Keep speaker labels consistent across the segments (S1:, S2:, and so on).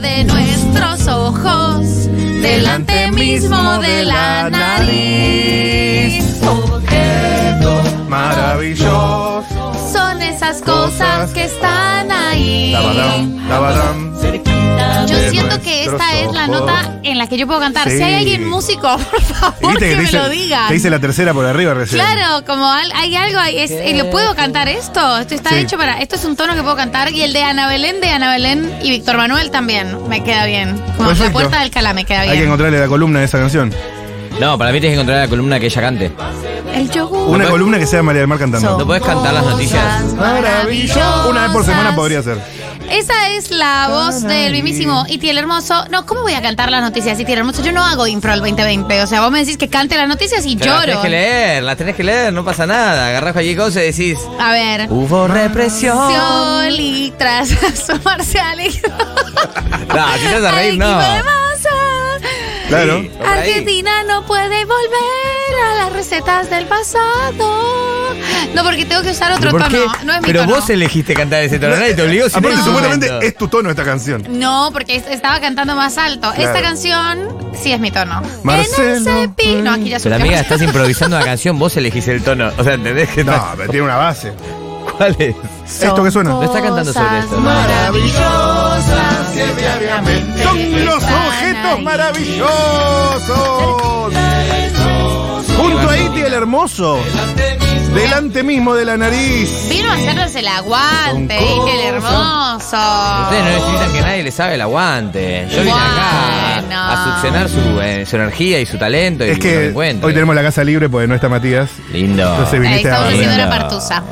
S1: de nuestros ojos, delante mismo de la nariz.
S2: Objeto maravilloso.
S1: Son esas cosas que están ahí.
S2: Tabadam, tabadam.
S3: Cerquita.
S1: Yo
S2: de
S1: siento que
S2: nuestros
S1: esta es la
S2: ojos.
S1: nota en la que yo puedo cantar.
S2: Sí.
S1: Si hay alguien músico, por favor,
S2: Viste
S1: que,
S2: que te
S1: me
S2: hice-
S1: lo diga.
S2: Te hice la tercera por arriba recién.
S1: Claro, como al- hay algo, ahí, es, eh, ¿lo puedo cantar esto? Esto está
S2: Sí.
S1: hecho para, esto es un tono que puedo cantar y el de Ana Belén, de Ana Belén y Víctor Manuel también me queda bien. Como
S2: Perfecto.
S1: la puerta del Calá me queda
S2: Hay que
S1: bien.
S2: encontrarle la columna de esa canción.
S3: No, para mí tienes que encontrar la columna que ella cante.
S1: El yogur.
S2: Una columna que sea María del Mar cantando.
S3: No puedes cantar las noticias.
S1: Maravillosas.
S2: Una vez por semana podría ser.
S1: Esa es la voz del mismísimo Iti el Hermoso. No, ¿cómo voy a cantar las noticias, Iti el Hermoso? Yo no hago impro al 2020. O sea, vos me decís que cante las noticias y
S3: Pero Las tenés
S1: lloro.
S3: que leer, las tenés que leer, no pasa nada. Agarrás cualquier cosa y decís.
S1: A ver.
S3: Hubo represión.
S1: Sol y tras asomarse al
S3: No, si te vas a reír, no.
S2: Claro.
S3: Sí, por ahí.
S1: Argentina no puede volver a las recetas del pasado. No, porque tengo que usar otro
S3: ¿Pero por
S1: tono.
S3: qué?
S1: No es mi
S3: Pero
S1: tono.
S3: vos elegiste cantar ese tono, nadie te obligó. sino
S2: Aparte,
S3: en tu
S2: supuestamente
S3: momento.
S2: es tu tono esta canción.
S1: No, porque es- estaba cantando más alto. Esta
S2: Claro.
S1: canción sí es mi tono.
S2: Marcelo.
S1: En el cepi- No, aquí ya
S3: Pero
S1: subió.
S3: amiga, estás improvisando una canción, vos elegís el tono. O sea, ¿entendés que
S2: No, pero tiene una base.
S3: ¿Cuál es?
S2: Esto que suena.
S3: No está cantando sobre
S1: Cosas
S3: esto, ¿no?
S1: Maravillosas.
S2: Son los
S1: están
S2: objetos
S1: ahí.
S2: maravillosos. Junto a Iti el hermoso. Delante mismo de la nariz.
S1: Vino a hacernos el aguante,
S2: Son
S1: Iti el
S3: Ustedes no
S1: hermoso.
S3: necesitan que nadie les haga el aguante. Yo vine acá
S1: Bueno.
S3: a succionar su, eh, su energía y su talento y
S2: Es
S3: no me
S2: que
S3: encuentro.
S2: hoy tenemos la casa libre porque no está Matías.
S3: Lindo.
S2: Entonces
S1: Ahí
S2: viniste a
S1: estamos haciendo
S3: Lindo.
S1: una partusa.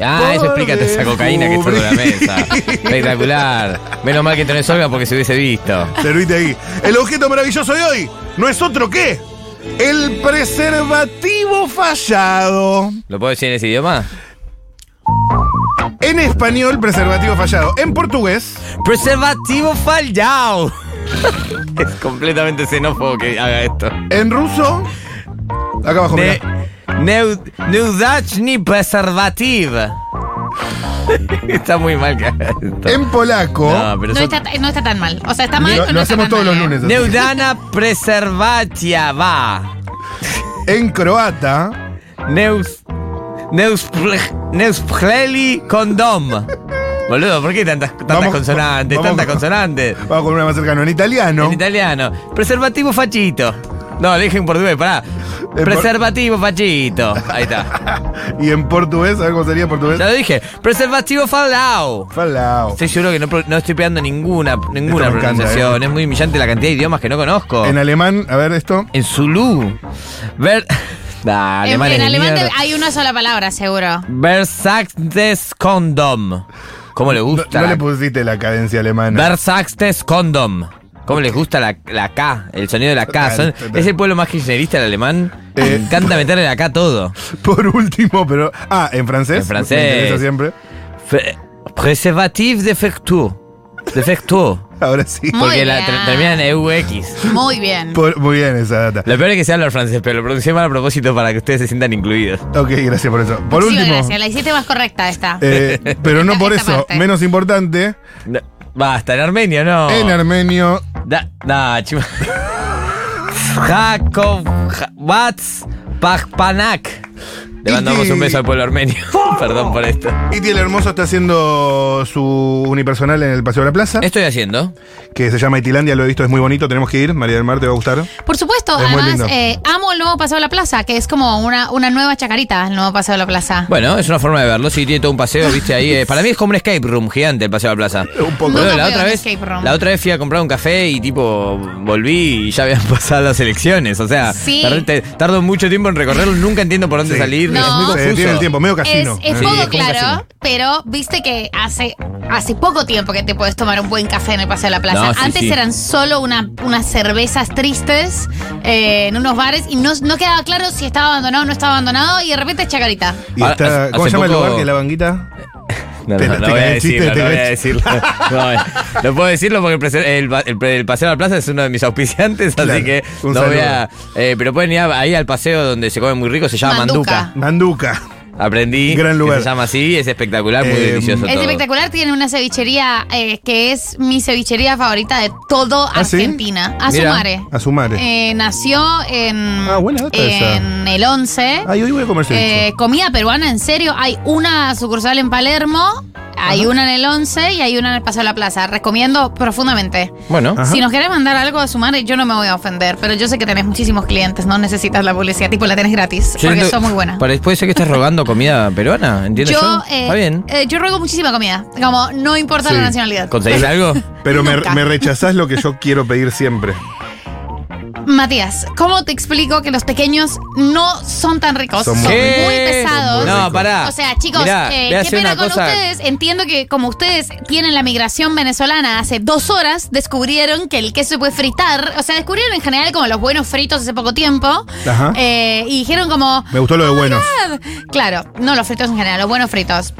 S3: Ah, eso explica toda esa cocaína que está sobre la mesa.
S2: Descubrí.
S3: Espectacular. Menos mal que tenés Olga porque se hubiese visto.
S2: Te lo viste ahí. El objeto maravilloso de hoy no es otro que el preservativo fallado.
S3: ¿Lo puedo decir en ese idioma?
S2: En español, preservativo fallado. En portugués,
S3: Preservativo fallado. es completamente xenófobo que haga esto.
S2: en ruso. Acá abajo,
S3: Ne,
S2: mirá.
S3: neu, neudachni preservativ. Está muy mal que haga esto.
S2: En polaco.
S3: No, pero
S1: No
S3: son-
S1: está, ta- no está tan mal. O sea, está mal.
S2: Lo-
S1: pero
S2: lo
S1: no está
S2: hacemos
S1: tan
S2: todos
S1: mal,
S2: los
S1: ¿eh?
S2: lunes. así.
S3: Neudana preservatia va.
S2: En croata.
S3: Neus. Neusple- Neuspleli condom. Boludo, ¿por qué tantas, tantas
S2: Vamos-
S3: consonantes?
S2: vamos-
S3: tantas consonantes.
S2: Vamos con una más cercana. En italiano.
S3: En italiano. Preservativo fachito. No, le dije en portugués, pará.
S2: Eh, por-
S3: Preservativo fachito. Ahí está.
S2: y en portugués, a ver cómo sería en portugués.
S3: Ya lo dije. Preservativo falao.
S2: Falao.
S3: Estoy seguro que no, pro- no estoy pegando ninguna, ninguna
S2: Esto me encanta, eh.
S3: pronunciación. Es muy humillante la cantidad de idiomas que no conozco.
S2: En
S3: En,
S2: alemán, a ver esto.
S3: Zulu. Ver. Nah,
S1: En,
S3: alemán
S1: en
S3: es de
S1: alemán
S3: mierda.
S1: hay una sola palabra, seguro.
S3: Versachtes Condom. ¿Cómo le
S2: No,
S3: gusta?
S2: no
S3: la-
S2: le pusiste la cadencia alemana.
S3: Versachtes Condom. ¿Cómo les gusta la, la K? El sonido de la K. Son-
S2: Total, total.
S3: es el pueblo más kirchnerista, el alemán.
S2: Eh.
S3: Me encanta meterle la K a todo.
S2: Por último, pero. Ah, en francés.
S3: En francés.
S2: Me interesa siempre.
S3: Fe- Preservatif defectueux. Defectueux.
S2: Ahora sí.
S1: Muy
S3: Porque la,
S1: bien.
S3: ter- termina en EUX.
S1: Muy bien.
S2: Por- muy bien esa data.
S3: Lo peor es que se habla francés, pero lo pronuncié mal a propósito para que ustedes se sientan incluidos.
S2: Ok, gracias por eso. Por
S1: Muchísimas
S2: último.
S1: gracias. La hiciste más correcta esta.
S2: eh, pero no
S1: Esta-
S2: por
S1: esta
S2: eso,
S1: parte.
S2: menos importante,
S3: No, basta, en armenio no.
S2: en armenio,
S3: Da, da, chima. Jakov Ja- Vats Pajpanak. Le mandamos un beso al pueblo armenio. Perdón por esto.
S2: Iti el Hermoso está haciendo su unipersonal en el Paseo de la Plaza,
S3: ¿Qué estoy haciendo?
S2: que se llama Itilandia, lo he visto, es muy bonito, tenemos que ir, María del Mar, te va a gustar.
S1: Por supuesto,
S2: Es muy
S1: además,
S2: lindo.
S1: eh, amo el nuevo Paseo de la Plaza, que es como una, una nueva chacarita, el nuevo Paseo de la Plaza.
S3: Bueno, es una forma de verlo. Sí, tiene todo un paseo, viste ahí. eh, para mí es como un escape room gigante el paseo de la plaza.
S2: Un poco.
S3: Boludo,
S1: Nunca fui
S3: la,
S1: a
S3: otra
S1: un
S3: vez,
S1: escape room.
S3: la otra vez fui a comprar un café y tipo volví y ya habían pasado las elecciones. O sea,
S1: Sí.
S3: tardé- te- tardo mucho tiempo en recorrerlo, nunca entiendo por dónde
S2: Sí.
S3: salir.
S1: No.
S3: Es muy
S2: Se
S3: confuso.
S2: detiene el tiempo, medio
S1: Es,
S2: casino.
S1: es
S2: ¿eh?
S3: Sí,
S1: poco
S3: es como un
S1: claro,
S3: casino.
S1: pero viste que hace, hace poco tiempo que te puedes tomar un buen café en el Paseo de la Plaza.
S3: No, sí,
S1: Antes
S3: sí.
S1: eran solo una- unas cervezas tristes eh, en unos bares y no, no quedaba claro si estaba abandonado o no estaba abandonado y de repente es chacarita.
S2: Y
S3: Ahora,
S2: está-
S3: Ah, hace-
S2: ¿Cómo se
S3: hace
S2: llama el
S3: poco-
S2: lugar que es la banquita?
S3: No,
S2: Te-
S3: no,
S2: te
S3: no voy a
S2: cae el chiste,
S3: decirlo,
S2: te
S3: no voy a
S2: cae el
S3: decirlo. No, eh, no puedo decirlo porque el, prese- el ba- el pre- el Paseo de la Plaza es uno de mis auspiciantes,
S2: Claro,
S3: así que
S2: un
S3: no voy
S2: saludo.
S3: a... eh, pero pueden ir a- ahí al paseo donde se come muy rico, se llama Manduca.
S1: Manduca.
S2: Manduca.
S3: Aprendí.
S2: Gran
S3: que
S2: lugar.
S3: se llama así, es espectacular, muy
S2: Eh,
S3: delicioso.
S1: Es
S3: todo.
S1: espectacular, tiene una cevichería eh, que es mi cevichería favorita de todo
S2: ¿Ah, sí?
S1: Argentina. A su
S3: Mira.
S1: madre.
S2: A su madre.
S1: Eh, nació en,
S2: Ah, buena data esa.
S1: en el 11.
S2: Ay, hoy voy a comer ceviche.
S1: Eh, comida peruana, en serio. Hay una sucursal en Palermo, hay una en el 11 y hay una en el Paseo de la Plaza. Recomiendo profundamente.
S3: Bueno,
S2: Ajá.
S1: Si nos querés mandar algo a su madre, yo no me voy a ofender, pero yo sé que tenés muchísimos clientes, no necesitas la publicidad, tipo la tenés gratis,
S3: yo
S1: porque
S3: ento-
S1: sos muy buena.
S3: Pare- Puede ser que estés robando comida peruana, ¿entiendes?
S1: Yo,
S3: Yo,
S1: eh,
S3: Está bien.
S1: eh, yo ruego muchísima comida, como no importa la
S2: Sí.
S1: nacionalidad.
S3: ¿Conseguís algo?
S2: Pero me,
S1: nunca.
S2: me rechazás lo que yo quiero pedir siempre.
S1: Matías, ¿cómo te explico que los pequeños no son tan ricos?
S2: Son
S1: Son,
S2: muy
S3: ¿Qué?
S1: muy pesados.
S3: No, pará.
S1: O sea, chicos,
S3: Mirá,
S1: eh,
S3: voy a
S1: qué
S3: hacer
S1: pena
S3: una
S1: con
S3: cosa.
S1: ustedes. Entiendo que como ustedes tienen la migración venezolana, hace dos horas descubrieron que el queso se puede fritar. O sea, descubrieron en general como los buenos fritos hace poco tiempo.
S2: Ajá.
S1: Eh, y dijeron como, "Ah,
S2: Me gustó lo de buenos.
S1: Claro, no los fritos en general, los buenos fritos.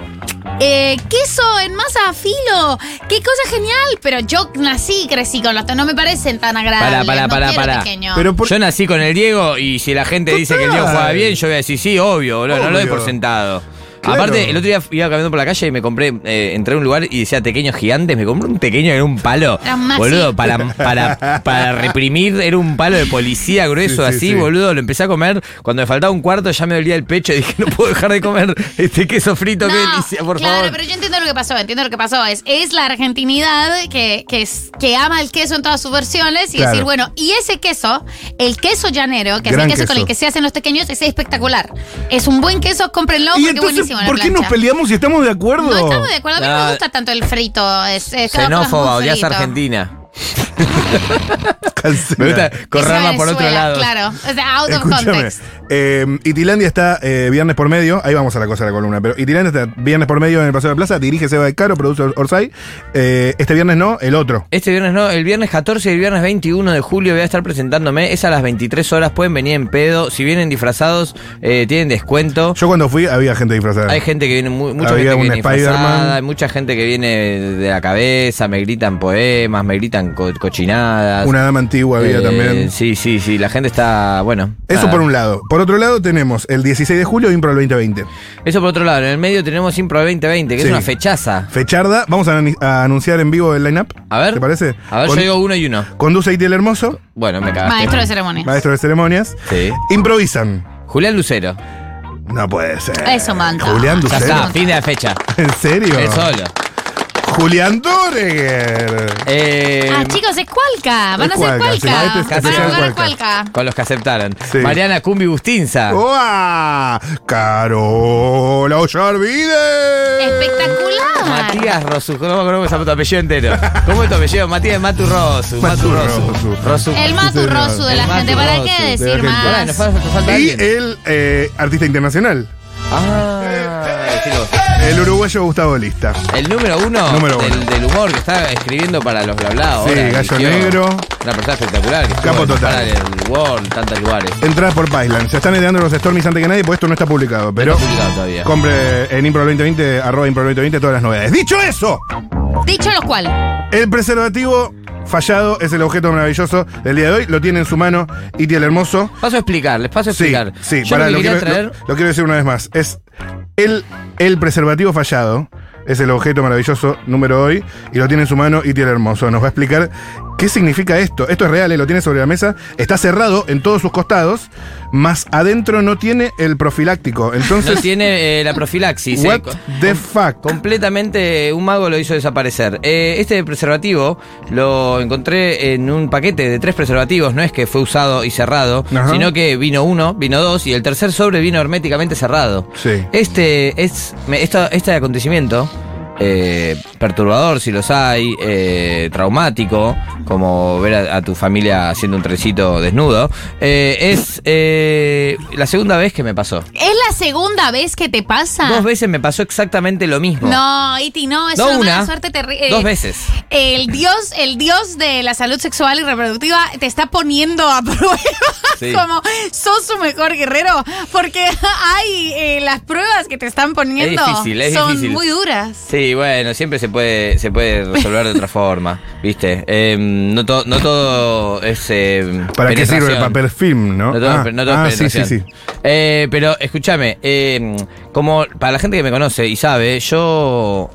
S1: Eh, queso en masa a filo, qué cosa genial, pero yo nací y crecí con los no me parecen tan agradables.
S3: pará,
S1: no
S3: pará,
S1: quiero
S3: pará.
S1: pequeño.
S2: Pero por
S3: Yo nací con el Diego y si la gente dice que el Diego
S2: Total.
S3: juega bien, yo voy a decir sí, obvio, boludo, no lo doy
S2: Obvio.
S3: por sentado.
S2: Claro.
S3: Aparte, el otro día iba caminando por la calle y me compré, eh, entré a un lugar y decía tequeños gigantes, me compré un tequeño en un palo.
S1: Era un maxi.
S3: Boludo, para, para, para reprimir, era un palo de policía grueso
S2: Sí, sí,
S3: así,
S2: sí.
S3: boludo. Lo empecé a comer, cuando me faltaba un cuarto ya me dolía el pecho y dije, no puedo dejar de comer este queso frito, que
S1: No,
S3: delicia, por
S1: claro,
S3: favor.
S1: pero yo entiendo lo que pasó, entiendo lo que pasó. Es, es la argentinidad que, que, es- que ama el queso en todas sus versiones y
S2: Claro.
S1: decir, bueno, y ese queso, el queso llanero, que es el
S2: Gran
S1: queso, con
S2: queso.
S1: el que se hacen los pequeños, es espectacular. Es un buen queso, cómprenlo
S2: ¿Y
S1: porque es
S2: entonces
S1: buenísimo en la
S2: por qué nos
S1: plancha.
S2: peleamos si estamos de acuerdo?
S1: No estamos de acuerdo, a mí no
S3: Ah.
S1: me gusta tanto el frito. Es, es- cada persona es muy
S3: Xenófoba, odias
S1: frito.
S3: a Argentina.
S2: Cancela.
S3: Me gusta correrla
S1: Eso
S3: por otro
S1: Venezuela,
S3: lado.
S1: Claro, o sea, out of
S2: Escúchame.
S1: context.
S2: Eh, Itilandia está eh, viernes por medio. Ahí vamos a la cosa de la columna. Pero Itilandia está viernes por medio en el Paseo de la Plaza. Dirige Seba de Caro, produce Orsay. Eh, este viernes no, el otro.
S3: Este viernes no, el viernes 14 y el viernes 21 de julio voy a estar presentándome. Es a las 23 horas, pueden venir en pedo. Si vienen disfrazados, eh, tienen descuento.
S2: Yo cuando fui había gente disfrazada.
S3: Hay gente que viene, mu- mucha
S2: Había
S3: gente que
S2: un
S3: viene
S2: Spider-Man.
S3: disfrazada, hay mucha gente que viene de la cabeza, me gritan poemas, me gritan co- cochinadas.
S2: Una dama antigua había
S3: Eh,
S2: también.
S3: Sí, sí, sí, la gente está, bueno.
S2: Eso
S3: nada.
S2: por un lado. Por otro lado tenemos el 16 de julio Impro al 2020.
S3: Eso por otro lado, en el medio tenemos Impro 2020, que
S2: Sí.
S3: es una fechaza.
S2: Fecharda, vamos a, ani- a anunciar en vivo el lineup.
S3: A ver.
S2: ¿Te parece?
S3: A ver,
S2: Con-
S3: yo digo uno y uno.
S2: Conduce Itiel Hermoso,
S3: Bueno, me cagaste.
S1: Maestro de ceremonia.
S2: maestro de ceremonias.
S3: Sí.
S2: Improvisan.
S3: Julián Lucero.
S2: No puede ser.
S1: Eso manda.
S2: Julián
S3: Ya
S2: Ducero.
S3: está, fin de la fecha.
S2: ¿En serio?
S3: El solo.
S2: Julián Doreger.
S3: Eh,
S1: Ah, chicos, es Cualca. Van a
S2: Es
S1: ser
S2: Cualca, sí,
S1: Cualca.
S2: ahí te-
S1: Van
S3: te
S1: a
S3: llaman
S1: jugar a
S2: Cualca.
S1: Cualca.
S3: Con los que aceptaron.
S2: Sí. Oh.
S3: Mariana Cumbi Bustinza.
S2: ¡Uah! ¡Carola Ollarvide!
S1: Espectacular.
S3: Matías
S1: Ah.
S3: Rosu. No me acuerdo cómo se llama tu apellido entero. ¿Cómo es tu apellido? Matías Matu
S2: Matu
S3: Rosu. Matu Rosu.
S2: Rosu.
S3: Rosu.
S1: El
S2: Sí,
S1: maturroso
S2: señor.
S1: de la
S3: El
S1: gente. ¿Para qué
S3: maturroso,
S2: de
S1: decir
S2: la gente.
S3: Pará,
S1: más?
S3: nos falta, nos falta
S2: Y
S3: alguien.
S2: el eh, artista internacional,
S3: Ah, decilo vos.
S2: el uruguayo Gustavo Lista.
S3: El número uno,
S2: Número uno.
S3: del, del humor que está escribiendo para los bla bla.
S2: Sí,
S3: ahora,
S2: Gallo
S3: eligió
S2: Negro.
S3: Una persona espectacular. Que estuvo
S2: Capo
S3: en
S2: total.
S3: Para el World, tantos lugares.
S2: Entradas por Pyland. Se están ideando los Stormies antes que nadie, pues esto no está publicado. Pero
S3: está publicado todavía.
S2: compre en Impro 2020, arroba Impro 2020, todas las novedades. Dicho eso,
S1: Dicho lo cual,
S2: el preservativo fallado es el objeto maravilloso del día de hoy. Lo tiene en su mano Itiel Hermoso.
S3: Paso a explicar, les paso a
S2: Sí,
S3: explicar.
S2: sí,
S3: Yo
S2: pará, lo,
S3: lo que quería
S2: quiero,
S3: traer.
S2: lo- lo quiero decir una vez más. Es el, el preservativo fallado, es el objeto maravilloso número hoy, y lo tiene en su mano y tiene hermoso. Nos va a explicar qué significa esto. Esto es real, ¿eh? lo tiene sobre la mesa, está cerrado en todos sus costados, más adentro no tiene el profiláctico.
S3: No
S2: Entonces,
S3: tiene eh, la profilaxis. eh.
S2: what the fuck?
S3: Completamente eh, un mago lo hizo desaparecer. Eh, este preservativo lo encontré en un paquete de tres preservativos, no es que fue usado y cerrado,
S2: Ajá.
S3: sino que vino uno, vino dos y el tercer sobre vino herméticamente cerrado.
S2: Sí.
S3: Este es me- esta- este acontecimiento eh, perturbador si los hay, eh, traumático, como ver a, a tu familia haciendo un trencito desnudo, eh, es eh, la segunda vez que me pasó.
S1: ¿es la segunda vez que te pasa?
S3: Dos veces me pasó exactamente lo mismo.
S1: No, Iti, no, es
S3: No
S1: una, mala
S3: una,
S1: suerte eh. terrible.
S3: dos veces.
S1: El dios, el dios de la salud sexual y reproductiva te está poniendo a prueba.
S3: Sí.
S1: Como sos su mejor guerrero. Porque hay eh, las pruebas que te están poniendo
S3: difícil, es
S1: son
S3: difícil.
S1: muy duras.
S3: Sí, bueno, siempre se puede, se puede resolver de otra forma, ¿viste? Eh, no, to- no todo es. eh,
S2: ¿Para qué
S3: penetración.
S2: sirve el papel film, no?
S3: No todo,
S2: Ah,
S3: no todo es
S2: ah, sí, sí,
S3: penetración.
S2: sí.
S3: Eh, pero escuchame escúchame, eh, como para la gente que me conoce y sabe, yo.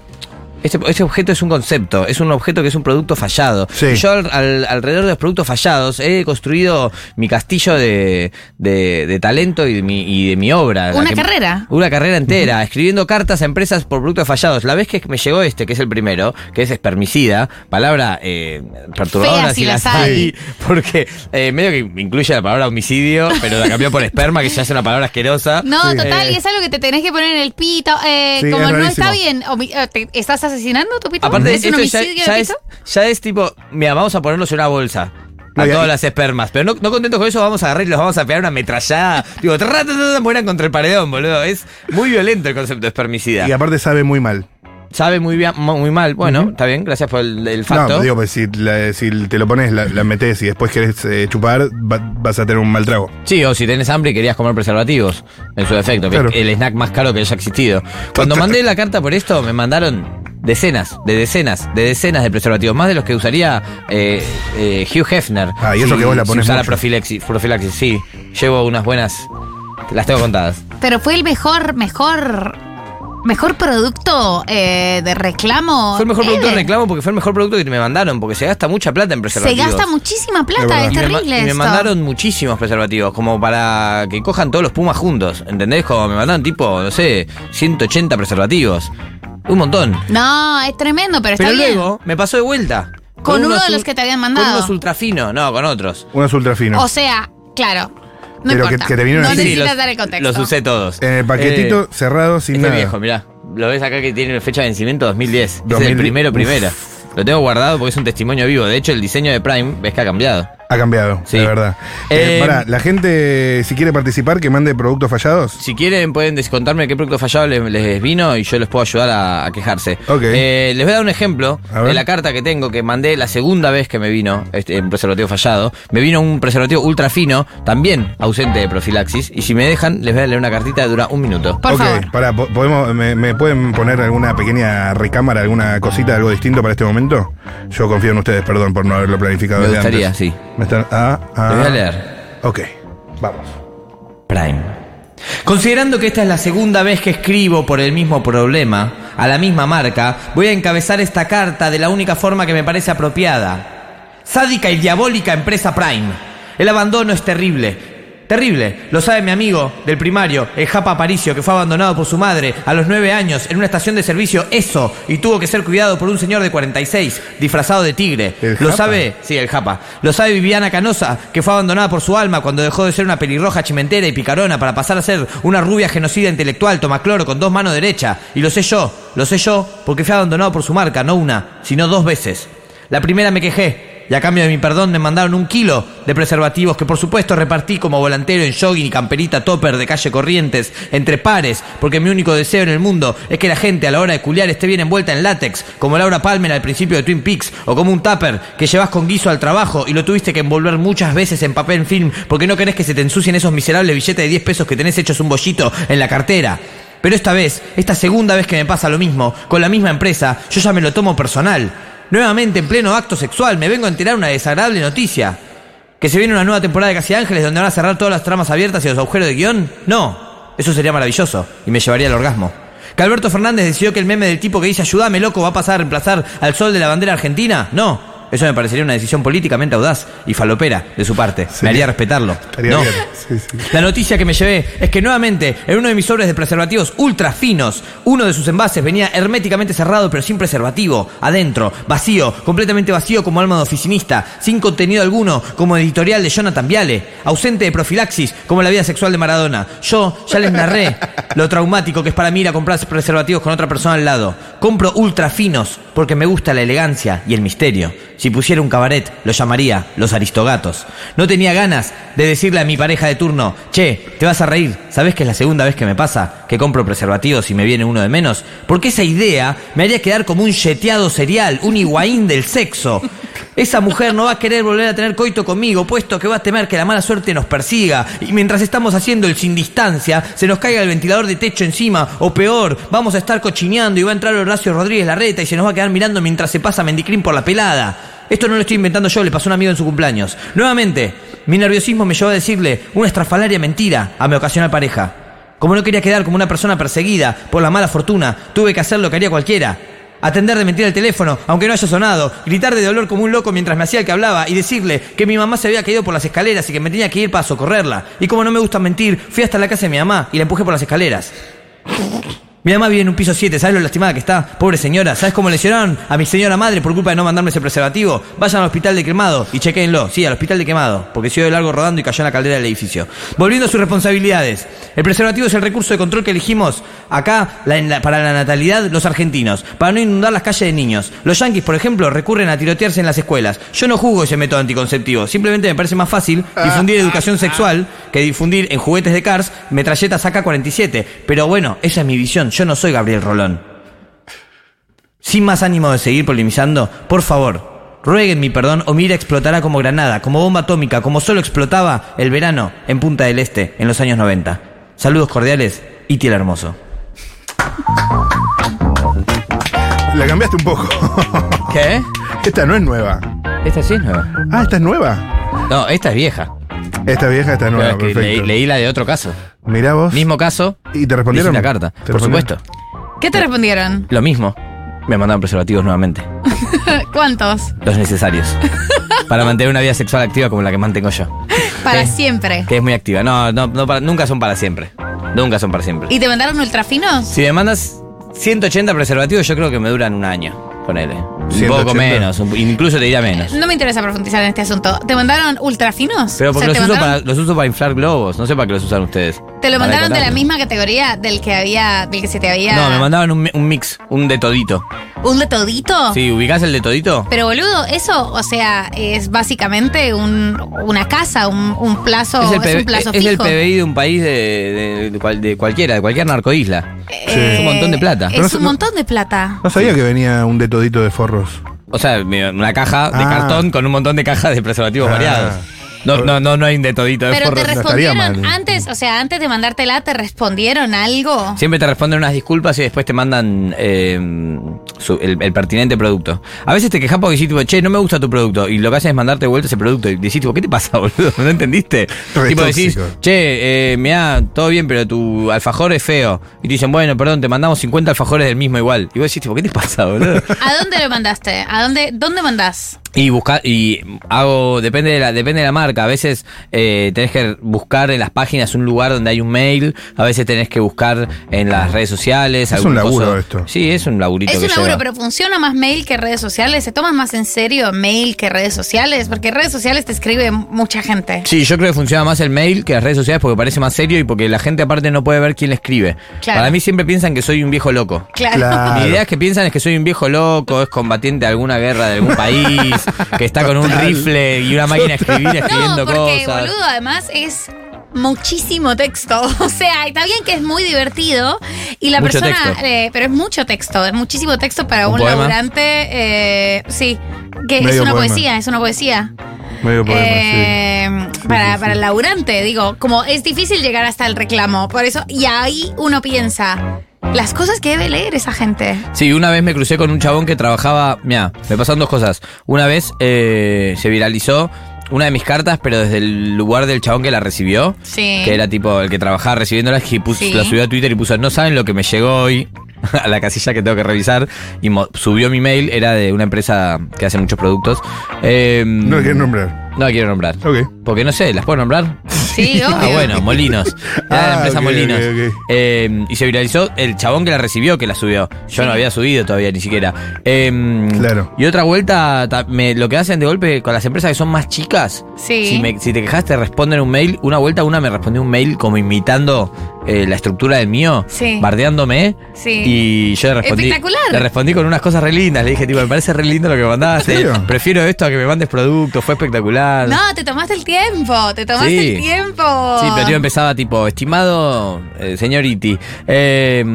S3: Este, este objeto es un concepto, es un objeto que es un producto fallado.
S2: Sí.
S3: Y Yo al- al- alrededor de los productos fallados he construido mi castillo de, de- de talento y de mi, y de mi obra. la
S1: Una
S3: que-
S1: carrera.
S3: una carrera entera, escribiendo cartas a empresas por productos fallados. La vez que me llegó este, que es el primero, que es espermicida, palabra eh, perturbadora
S1: Fea si las hay.
S3: porque eh, medio que incluye la palabra homicidio, pero la cambió por esperma, que ya es una palabra asquerosa.
S1: No,
S2: Sí.
S1: total,
S3: Eh.
S1: y es algo que te tenés que poner en el pito. eh,
S2: Sí,
S1: como
S2: es
S1: no
S2: rarísimo.
S1: está bien, homi- eh, te- ¿estás asesinando tu pito?
S3: Aparte,
S1: ¿Es un
S3: esto ya,
S1: homicidio de
S3: ya
S1: pito?
S3: es, ya es tipo, mira, vamos a ponerlos en una bolsa. A
S2: No, y-
S3: todas las espermas. Pero no, no contentos con eso, vamos a agarrar y los vamos a pegar una metrallada. Digo, tra, tra, tra, tra, mueran contra el paredón, boludo. Es muy violento el concepto de espermicida.
S2: Y aparte sabe muy mal.
S3: Sabe muy bien, mo- muy mal. Bueno, está bien, gracias por el, el facto.
S2: No, digo, pues si, la- si te lo pones, la, la metes y después querés eh, chupar, va- vas a tener un mal trago.
S3: sí, o si tenés hambre y querías comer preservativos, en su defecto, que
S2: Claro.
S3: es el snack más caro que haya existido. Cuando mandé la carta por esto, me mandaron decenas, de decenas, de decenas de preservativos, más de los que usaría eh, eh, Hugh Hefner.
S2: Ah, y eso
S3: si-
S2: que vos la
S3: si
S2: ponés
S3: usara
S2: mucho.
S3: profilaxis, profilaxis, sí. Llevo unas buenas, las tengo contadas.
S1: Pero fue el mejor, mejor, mejor producto eh, de reclamo.
S3: Fue el mejor
S1: ever.
S3: producto de reclamo porque fue el mejor producto que me mandaron, porque se gasta mucha plata en
S1: Se
S3: preservativos.
S1: gasta muchísima
S2: Es
S1: plata,
S2: verdad.
S1: es
S3: Y me ma-
S1: terrible
S3: y me,
S1: esto.
S3: mandaron muchísimos preservativos, como para que cojan todos los pumas juntos, ¿entendés? Como me mandaron tipo, no sé, 180 preservativos. Un montón.
S1: No, es tremendo, pero está
S3: Pero
S1: bien.
S3: luego me pasó de vuelta.
S1: Con uno
S3: unos
S1: de los
S3: ul-
S1: que te habían mandado.
S3: Con unos ultrafinos, no, con otros.
S2: Uno es ultra fino.
S1: O sea, claro. No
S2: Pero que-
S1: importa.
S2: que te vinieron
S1: no
S2: así.
S1: necesitas
S3: los,
S1: dar el contexto.
S3: Los usé todos.
S2: en el paquetito
S3: Eh,
S2: cerrado sin
S3: este
S2: nada.
S3: viejo, mirá. Lo ves acá que tiene fecha de vencimiento 2010. Es
S2: 2000.
S3: el primero,
S2: Uf.
S3: primero. Lo tengo guardado porque es un testimonio vivo. De hecho, el diseño de Prime, ves que ha cambiado.
S2: Ha cambiado,
S3: Sí.
S2: de verdad. Eh,
S3: Eh,
S2: pará, la gente, si quiere participar, que mande productos fallados.
S3: Si quieren pueden des- contarme qué producto fallado les, les vino y yo les puedo ayudar a, a quejarse.
S2: Ok.
S3: Eh, les voy a dar un ejemplo
S2: A ver.
S3: de la carta que tengo que mandé la segunda vez que me vino este, un preservativo fallado. Me vino un preservativo ultra fino, también ausente de profilaxis. Y si me dejan, les voy a leer una cartita que dura un minuto.
S1: Por
S2: ok,
S1: favor.
S2: pará, po- podemos, me, me pueden poner alguna pequeña recámara, alguna cosita, algo distinto para este momento? Yo confío en ustedes, perdón por no haberlo planificado
S3: Me
S2: desde
S3: gustaría,
S2: antes.
S3: sí.
S2: Me están, ah, ah.
S3: Les voy a leer.
S2: Ok, vamos.
S3: Prime. Considerando que esta es la segunda vez que escribo por el mismo problema, a la misma marca, voy a encabezar esta carta de la única forma que me parece apropiada. Sádica y diabólica empresa Prime. El abandono es terrible. Terrible, lo sabe mi amigo del primario, el Japa Aparicio, que fue abandonado por su madre a los nueve años en una estación de servicio, eso, y tuvo que ser cuidado por un señor de 46, disfrazado de tigre.
S2: ¿El
S3: Lo
S2: Japa?
S3: sabe Sí, el japa. Lo sabe Viviana Canosa, que fue abandonada por su alma cuando dejó de ser una pelirroja chimentera y picarona para pasar a ser una rubia genocida intelectual, tomacloro con dos manos derechas. Y lo sé yo, lo sé yo, porque fui abandonado por su marca, no una, sino dos veces. La primera me quejé, y a cambio de mi perdón me mandaron un kilo de preservativos que por supuesto repartí como volantero en jogging y camperita topper de calle Corrientes, entre pares, porque mi único deseo en el mundo es que la gente a la hora de culiar esté bien envuelta en látex, como Laura Palmer al principio de Twin Peaks, o como un tupper que llevas con guiso al trabajo y lo tuviste que envolver muchas veces en papel film porque no querés que se te ensucien esos miserables billetes de 10 pesos que tenés hechos un bollito en la cartera. Pero esta vez, esta segunda vez que me pasa lo mismo, con la misma empresa, yo ya me lo tomo personal. Nuevamente, en pleno acto sexual, me vengo a enterar una desagradable noticia. ¿Que se viene una nueva temporada de Casi Ángeles donde van a cerrar todas las tramas abiertas y los agujeros de guión? No, eso sería maravilloso y me llevaría al orgasmo. ¿Que Alberto Fernández decidió que el meme del tipo que dice ayúdame loco va a pasar a reemplazar al sol de la bandera argentina? No, eso me parecería una decisión políticamente audaz y falopera de su parte.
S2: Sería-
S3: Me haría respetarlo.
S2: Estaría
S3: no.
S2: bien. Sí, sí.
S3: La noticia que me llevé es que nuevamente en uno de mis sobres de preservativos ultra finos, uno de sus envases venía herméticamente cerrado pero sin preservativo, adentro, vacío, completamente vacío como alma de oficinista, sin contenido alguno como editorial de Jonathan Viale, ausente de profilaxis como la vida sexual de Maradona. Yo ya les narré lo traumático que es para mí ir a comprar preservativos con otra persona al lado. Compro ultra finos porque me gusta la elegancia y el misterio. Si pusiera un cabaret, lo llamaría Los Aristogatos. No tenía ganas de decirle a mi pareja de turno, che, te vas a reír, ¿sabés que es la segunda vez que me pasa que compro preservativos y me viene uno de menos? Porque esa idea me haría quedar como un yeteado serial, un higuaín del sexo. Esa mujer no va a querer volver a tener coito conmigo, puesto que va a temer que la mala suerte nos persiga. Y mientras estamos haciendo el sin distancia, se nos caiga el ventilador de techo encima. O peor, vamos a estar cochineando y va a entrar Horacio Rodríguez Larreta y se nos va a quedar mirando mientras se pasa Mendicrín por la pelada. Esto no lo estoy inventando yo, le pasó a un amigo en su cumpleaños. Nuevamente, mi nerviosismo me llevó a decirle una estrafalaria mentira a mi ocasional pareja.
S4: Como no quería quedar como una persona perseguida por la mala fortuna, tuve que hacer lo que haría cualquiera. Atender de mentir el teléfono, aunque no haya sonado, gritar de dolor como un loco mientras me hacía el que hablaba y decirle que mi mamá se había caído por las escaleras y que me tenía que ir para socorrerla. Y como no me gusta mentir, fui hasta la casa de mi mamá y la empujé por las escaleras. Mi mamá vive en un piso 7, ¿sabes lo lastimada que está? Pobre señora, ¿sabes cómo lesionaron a mi señora madre por culpa de no mandarme ese preservativo? Vayan al hospital de quemado y chequenlo. Sí, al hospital de quemado, porque se dio de largo rodando y cayó en la caldera del edificio. Volviendo a sus responsabilidades. El preservativo es el recurso de control que elegimos acá la- en la- para la natalidad los argentinos, para no inundar las calles de niños. Los yanquis, por ejemplo, recurren a tirotearse en las escuelas. Yo no juzgo ese método anticonceptivo, simplemente me parece más fácil difundir educación sexual que difundir en juguetes de Cars metralletas AK-47. Pero bueno, esa es mi visión, yo no soy Gabriel Rolón. Sin más ánimo de seguir polemizando, por favor, rueguen mi perdón o mi ira explotará como granada, como bomba atómica, como solo explotaba el verano en Punta del Este en los años 90. Saludos cordiales, Iti el Hermoso.
S2: La cambiaste un poco.
S4: ¿Qué?
S2: esta no es nueva.
S4: ¿Esta sí es nueva?
S2: Ah, esta es nueva.
S3: No, esta es vieja.
S2: Esta vieja, esta es nueva,
S3: Claro, es que leí,
S2: Ah, perfecto.
S3: leí la de otro caso.
S2: Mirá vos.
S3: Mismo caso,
S2: ¿Y te
S3: hice
S2: respondieron?
S3: una carta.
S2: ¿Te
S3: Por
S2: respondieron?
S3: supuesto.
S1: ¿Qué te respondieron?
S3: Lo mismo. Me mandaron preservativos nuevamente.
S1: ¿Cuántos?
S3: Los necesarios. para mantener una vida sexual activa como la que mantengo yo.
S1: Para
S3: Eh.
S1: siempre.
S3: Que es muy activa. No, no, no para- nunca son para siempre. Nunca son para siempre.
S1: ¿Y te mandaron ultrafinos?
S3: Si me mandas 180 preservativos, yo creo que me duran un año. Ponele. Un
S2: 180.
S3: poco menos. un- incluso te diría menos.
S1: No me interesa profundizar en este asunto. ¿Te mandaron ultrafinos?
S3: Pero porque
S1: O sea,
S3: los,
S1: ¿te,
S3: uso para,
S1: mandaron-
S3: los uso para inflar globos. No sé para qué los usan ustedes.
S1: te lo
S3: Para
S1: mandaron de la
S3: decorar.
S1: misma categoría del que había, del que se te había.
S3: No, me mandaban un, mi- un mix, un de todito.
S1: ¿Un de todito?
S3: Sí, ubicás el de todito.
S1: Pero boludo, eso, o sea, es básicamente un, una casa, un, un plazo, es,
S3: PB
S1: un plazo
S3: es el
S1: fijo.
S3: PBI de un país de, de- de cual- de cualquiera, de cualquier narcoisla.
S1: Eh,
S3: Es un montón de plata.
S1: Es
S2: Pero no sé-
S1: un montón de plata.
S2: No sabía que venía un detodito de forros.
S3: O sea, mira, una caja de
S2: Ah.
S3: cartón con un montón de cajas de preservativos
S2: Ah.
S3: variados. No, no, no, no hay un de todito de
S1: Pero te
S3: forro.
S2: no estaría
S1: respondieron
S2: mal.
S1: antes, o sea, antes de mandártela, ¿te respondieron algo?
S3: Siempre te responden unas disculpas y después te mandan eh, su- el, el pertinente producto. A veces te quejas porque decís, tipo, che, no me gusta tu producto. Y lo que haces es mandarte de vuelta ese producto. Y decís, tipo, ¿qué te pasa, boludo? ¿No entendiste?
S2: Re
S3: tipo, decís,
S2: tóxico.
S3: che, eh, mirá, todo bien, pero tu alfajor es feo. Y te dicen, bueno, perdón, te mandamos 50 alfajores del mismo igual. Y vos decís, tipo, ¿qué te pasa, boludo?
S1: ¿A dónde lo mandaste? ¿A dónde, dónde mandás?
S3: Y busca, y hago, depende de la, depende de la marca. A veces eh, tenés que buscar en las páginas un lugar donde hay un mail, a veces tenés que buscar en las redes sociales.
S2: Es
S3: algún
S2: un laburo
S3: coso.
S2: esto.
S3: Sí, es un laburito
S1: Es
S3: que
S1: un laburo,
S3: lleva.
S1: pero funciona más mail que redes sociales. ¿Se toman más en serio mail que redes sociales? Porque redes sociales te escribe mucha gente.
S3: Sí, yo creo que funciona más el mail que las redes sociales porque parece más serio y porque la gente aparte no puede ver quién le escribe.
S1: Claro.
S3: Para mí siempre piensan que soy un viejo loco.
S1: Claro.
S2: Claro.
S3: Mi idea es que piensan es que soy un viejo loco, es combatiente de alguna guerra de algún país, que está con un rifle y una máquina a escribir
S1: No,
S3: escribiendo
S1: porque
S3: cosas.
S1: boludo, además es muchísimo texto. O sea, está bien que es muy divertido y la
S3: Mucho
S1: persona,
S3: texto.
S1: eh, pero es mucho texto, es muchísimo texto para
S3: ¿Un
S1: un,
S3: poema?
S1: laburante. eh, sí, que es
S2: Medio
S1: una
S2: poema.
S1: poesía, es una poesía.
S2: Medio poema,
S1: Eh,
S2: sí.
S1: para,
S2: Sí, sí,
S1: para
S2: sí.
S1: el laburante, digo, como es difícil llegar hasta el reclamo, por eso, y ahí uno piensa, las cosas que debe leer esa gente.
S3: Sí, una vez me crucé con un chabón que trabajaba. Mira, me pasaron dos cosas. Una vez eh, se viralizó una de mis cartas, pero desde el lugar del chabón que la recibió.
S1: Sí.
S3: Que era tipo el que trabajaba recibiéndolas y puso-
S1: Sí.
S3: la subió a Twitter y puso, no saben lo que me llegó hoy a la casilla que tengo que revisar. Y mo- subió mi mail, era de una empresa que hace muchos productos. Eh,
S2: No le quieren nombrar.
S3: No la quiero nombrar.
S2: Ok.
S3: Porque no sé, ¿las puedo nombrar?
S1: Sí, obvio.
S3: Ah, bueno, Molinos. Era
S2: Ah,
S3: la empresa
S2: ok,
S3: Molinos.
S2: ok, ok.
S3: Eh, y se viralizó el chabón que la recibió, que la subió. Yo no había subido todavía, ni siquiera. Eh,
S2: Claro.
S3: Y otra vuelta, ta- me- lo que hacen de golpe con las empresas que son más chicas.
S1: Sí.
S3: Si, me- si te quejas, te responden un mail. Una vuelta, una me respondió un mail como imitando eh, la estructura del mío,
S1: Sí.
S3: bardeándome.
S1: Sí.
S3: Y yo le respondí.
S1: Espectacular.
S3: Le respondí con unas cosas re lindas. Le dije, tipo, me parece re lindo lo que mandaste.
S2: ¿En serio?
S3: Prefiero esto a que me mandes producto. Fue espectacular.
S1: No, te tomaste el tiempo, te tomaste
S3: Sí.
S1: el tiempo.
S3: Sí, pero yo em- empezaba tipo, estimado eh, señor Iti, eh,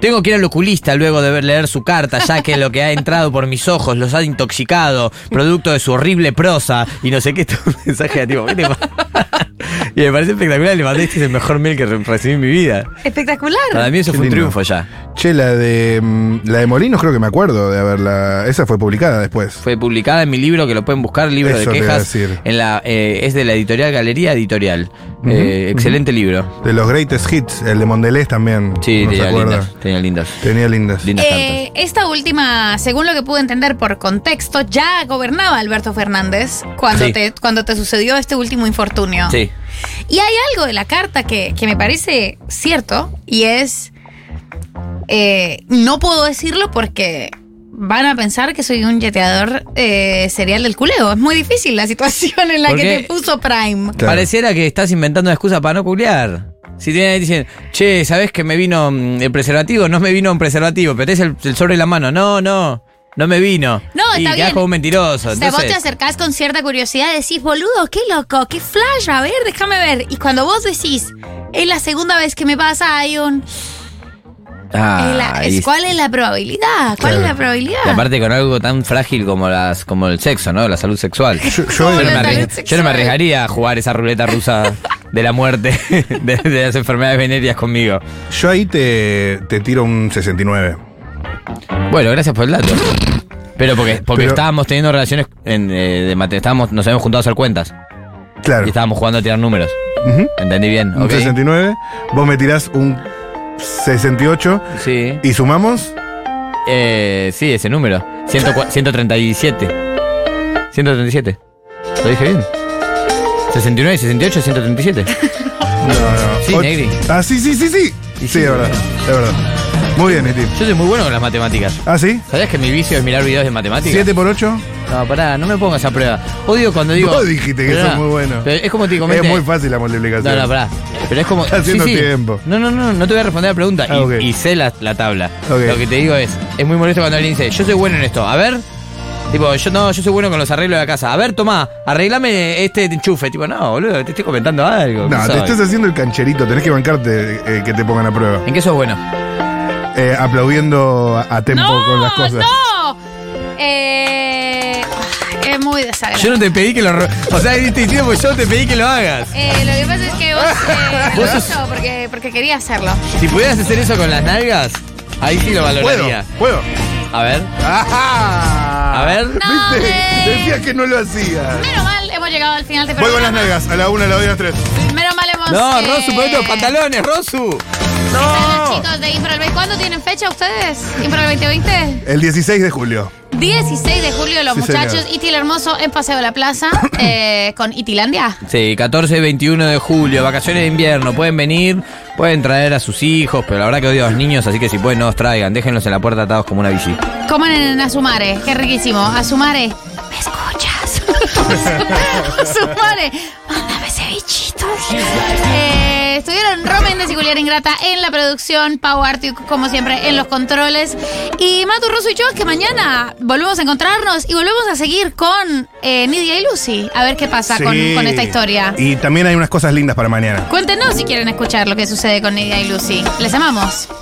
S3: tengo que ir al oculista luego de ver- leer su carta, ya que lo que ha entrado por mis ojos los ha intoxicado, producto de su horrible prosa, y no sé qué, tu mensaje era tipo, ¿qué te pasa? Y me parece espectacular, le mandé, este es el mejor mail que re- recibí en mi vida. Para
S1: Espectacular.
S3: mí eso
S2: Qué
S3: fue un
S2: lindo.
S3: triunfo ya.
S2: Che, la de, mm, la de Molinos creo que me acuerdo de haberla... Esa fue publicada después.
S3: Fue publicada en mi libro, que lo pueden buscar, libro
S2: Eso te
S3: de
S2: iba a
S3: quejas.
S2: decir.
S3: En la, eh, es de la editorial Galería Editorial. Eh, excelente libro.
S2: De los greatest hits, el de Mondelez también.
S3: Sí,
S2: no se
S3: tenía
S2: acuerda.
S3: lindas. Tenía lindas.
S2: Tenía lindas.
S3: lindas cartas.
S1: Eh, esta última, según lo que pude entender por contexto, ya gobernaba Alberto Fernández cuando,
S3: Sí.
S1: te, cuando te sucedió este último infortunio.
S3: Sí.
S1: Y hay algo de la carta que, que me parece cierto y es, eh, no puedo decirlo porque van a pensar que soy un yeteador eh, serial del culeo. Es muy difícil la situación en la
S3: ¿Por
S1: que
S3: qué?
S1: te puso Prime.
S2: Claro.
S3: Pareciera que estás inventando una excusa para no culiar. Si tienen ahí dicen, che, ¿sabés que me vino mm, el preservativo? No me vino un preservativo, pero tenés el, el sobre en la mano. No, no, no me vino.
S1: No,
S3: y
S1: está
S3: quedás
S1: bien.
S3: como un mentiroso.
S1: O sea, vos te
S3: Entonces,
S1: acercás con cierta curiosidad, decís, boludo, qué loco, qué flash, a ver, déjame ver. Y cuando vos decís, es la segunda vez que me pasa, hay un...
S3: ah,
S1: es la-
S3: y-
S1: es- ¿Cuál es la probabilidad? ¿Cuál
S2: Claro.
S1: es la probabilidad?
S3: y aparte con algo tan frágil como las como el sexo, ¿no? La salud sexual.
S2: Yo, yo-
S1: Como
S3: Yo no,
S1: la
S3: me
S1: salud
S3: arriesgo- yo no me
S1: sexual.
S3: arriesgaría a jugar esa ruleta rusa de la muerte, de, de las enfermedades venéreas conmigo.
S2: yo ahí te, te tiro un 69.
S3: Bueno, gracias por el dato. Pero porque, porque
S2: Pero-
S3: estábamos teniendo relaciones en, eh, de mate, estábamos, nos habíamos juntado a hacer cuentas
S2: Claro.
S3: y estábamos jugando a tirar números.
S2: Ujú.
S3: ¿Entendí bien?
S2: Un
S3: ¿Ok?
S2: 69. Vos me tirás un 68.
S3: Sí.
S2: Y sumamos.
S3: Eh, sí, ese número. 104 137. 137. ¿Lo dije bien? 69, 68, 137.
S2: No, no.
S3: Sí,
S2: Och-
S3: Negri.
S2: Ah, sí, sí, sí, sí.
S3: Y
S2: Sí,
S3: sí.
S2: es verdad. Es verdad. Muy bien, Eti.
S3: Yo soy muy bueno con las matemáticas.
S2: Ah, sí.
S3: ¿Sabías que mi vicio es mirar videos de matemáticas?
S2: 7 por 8.
S3: No, pará, no me pongas a prueba. Odio cuando digo.
S2: Vos dijiste que
S3: Pero
S2: sos
S3: no,
S2: muy bueno.
S3: pero es como te digo,
S2: Es
S3: mente-
S2: muy fácil la multiplicación.
S3: No, no, pará. Pero es como.
S2: Está haciendo tiempo.
S3: No, no, no, no te voy a responder la pregunta.
S2: Ah,
S3: y,
S2: ok.
S3: y sé la, la tabla.
S2: Ok.
S3: Lo que te digo es, es muy molesto cuando alguien dice, yo soy bueno en esto. A ver. Tipo, yo no, yo soy bueno con los arreglos de la casa. A ver, tomá, arreglame este enchufe. Tipo, no, boludo, te estoy comentando algo. ¿qué
S2: No, te
S3: soy?
S2: estás haciendo el cancherito. Tenés que bancarte eh, que te pongan a prueba.
S3: ¿En qué sos bueno?
S2: Eh, aplaudiendo a a tempo
S1: no,
S2: con las cosas.
S1: no. Eh, es muy desagradable.
S3: Yo no te pedí que lo. re- O sea, es distintivo porque yo no te pedí que lo hagas.
S1: Eh, lo que pasa es que vos, eh,
S3: Vos
S1: lo
S3: sos-
S1: hizo porque, porque quería hacerlo.
S3: Si pudieras hacer eso con las nalgas, ahí sí lo
S2: Puedo,
S3: valoraría.
S2: puedo.
S3: A ver.
S2: Ajá.
S3: A ver.
S1: No,
S2: ¿Viste?
S1: eh.
S2: Decías que no lo hacías.
S1: Menos mal, hemos llegado al final de
S2: Voy con
S1: programa.
S2: las nalgas, a la una, a la dos y a las tres.
S1: Menos mal hemos...
S3: No,
S1: eh,
S3: Rosu, ponete los pantalones, Rosu.
S1: están los Chicos de Infra del 20. ¿Cuándo tienen fecha ustedes? Infra del 2020.
S2: El 16 de julio.
S1: 16 de julio, los
S2: Sí, señor.
S1: muchachos. Itil Hermoso en Paseo de la Plaza eh, con Itilandia.
S3: Sí, 14 y 21 de julio, vacaciones de invierno, pueden venir, pueden traer a sus hijos, pero la verdad que odio a los niños, así que si pueden no los traigan, déjenlos en la puerta atados como una bici.
S1: Coman en Azumare, qué riquísimo. Azumare, ¿me escuchas? Azumare, mándame cevichitos. Eh, estuvieron Roméndez y Julián Ingrata en la producción, Pau Artiuk, como siempre, en los controles. Y Matu Russo y yo, que mañana volvemos a encontrarnos y volvemos a seguir con eh, Nidia y Lucy, a ver qué pasa con,
S2: Sí.
S1: con esta historia.
S2: Y también hay unas cosas lindas para mañana.
S1: Cuéntenos si quieren escuchar lo que sucede con Nidia y Lucy. Les amamos.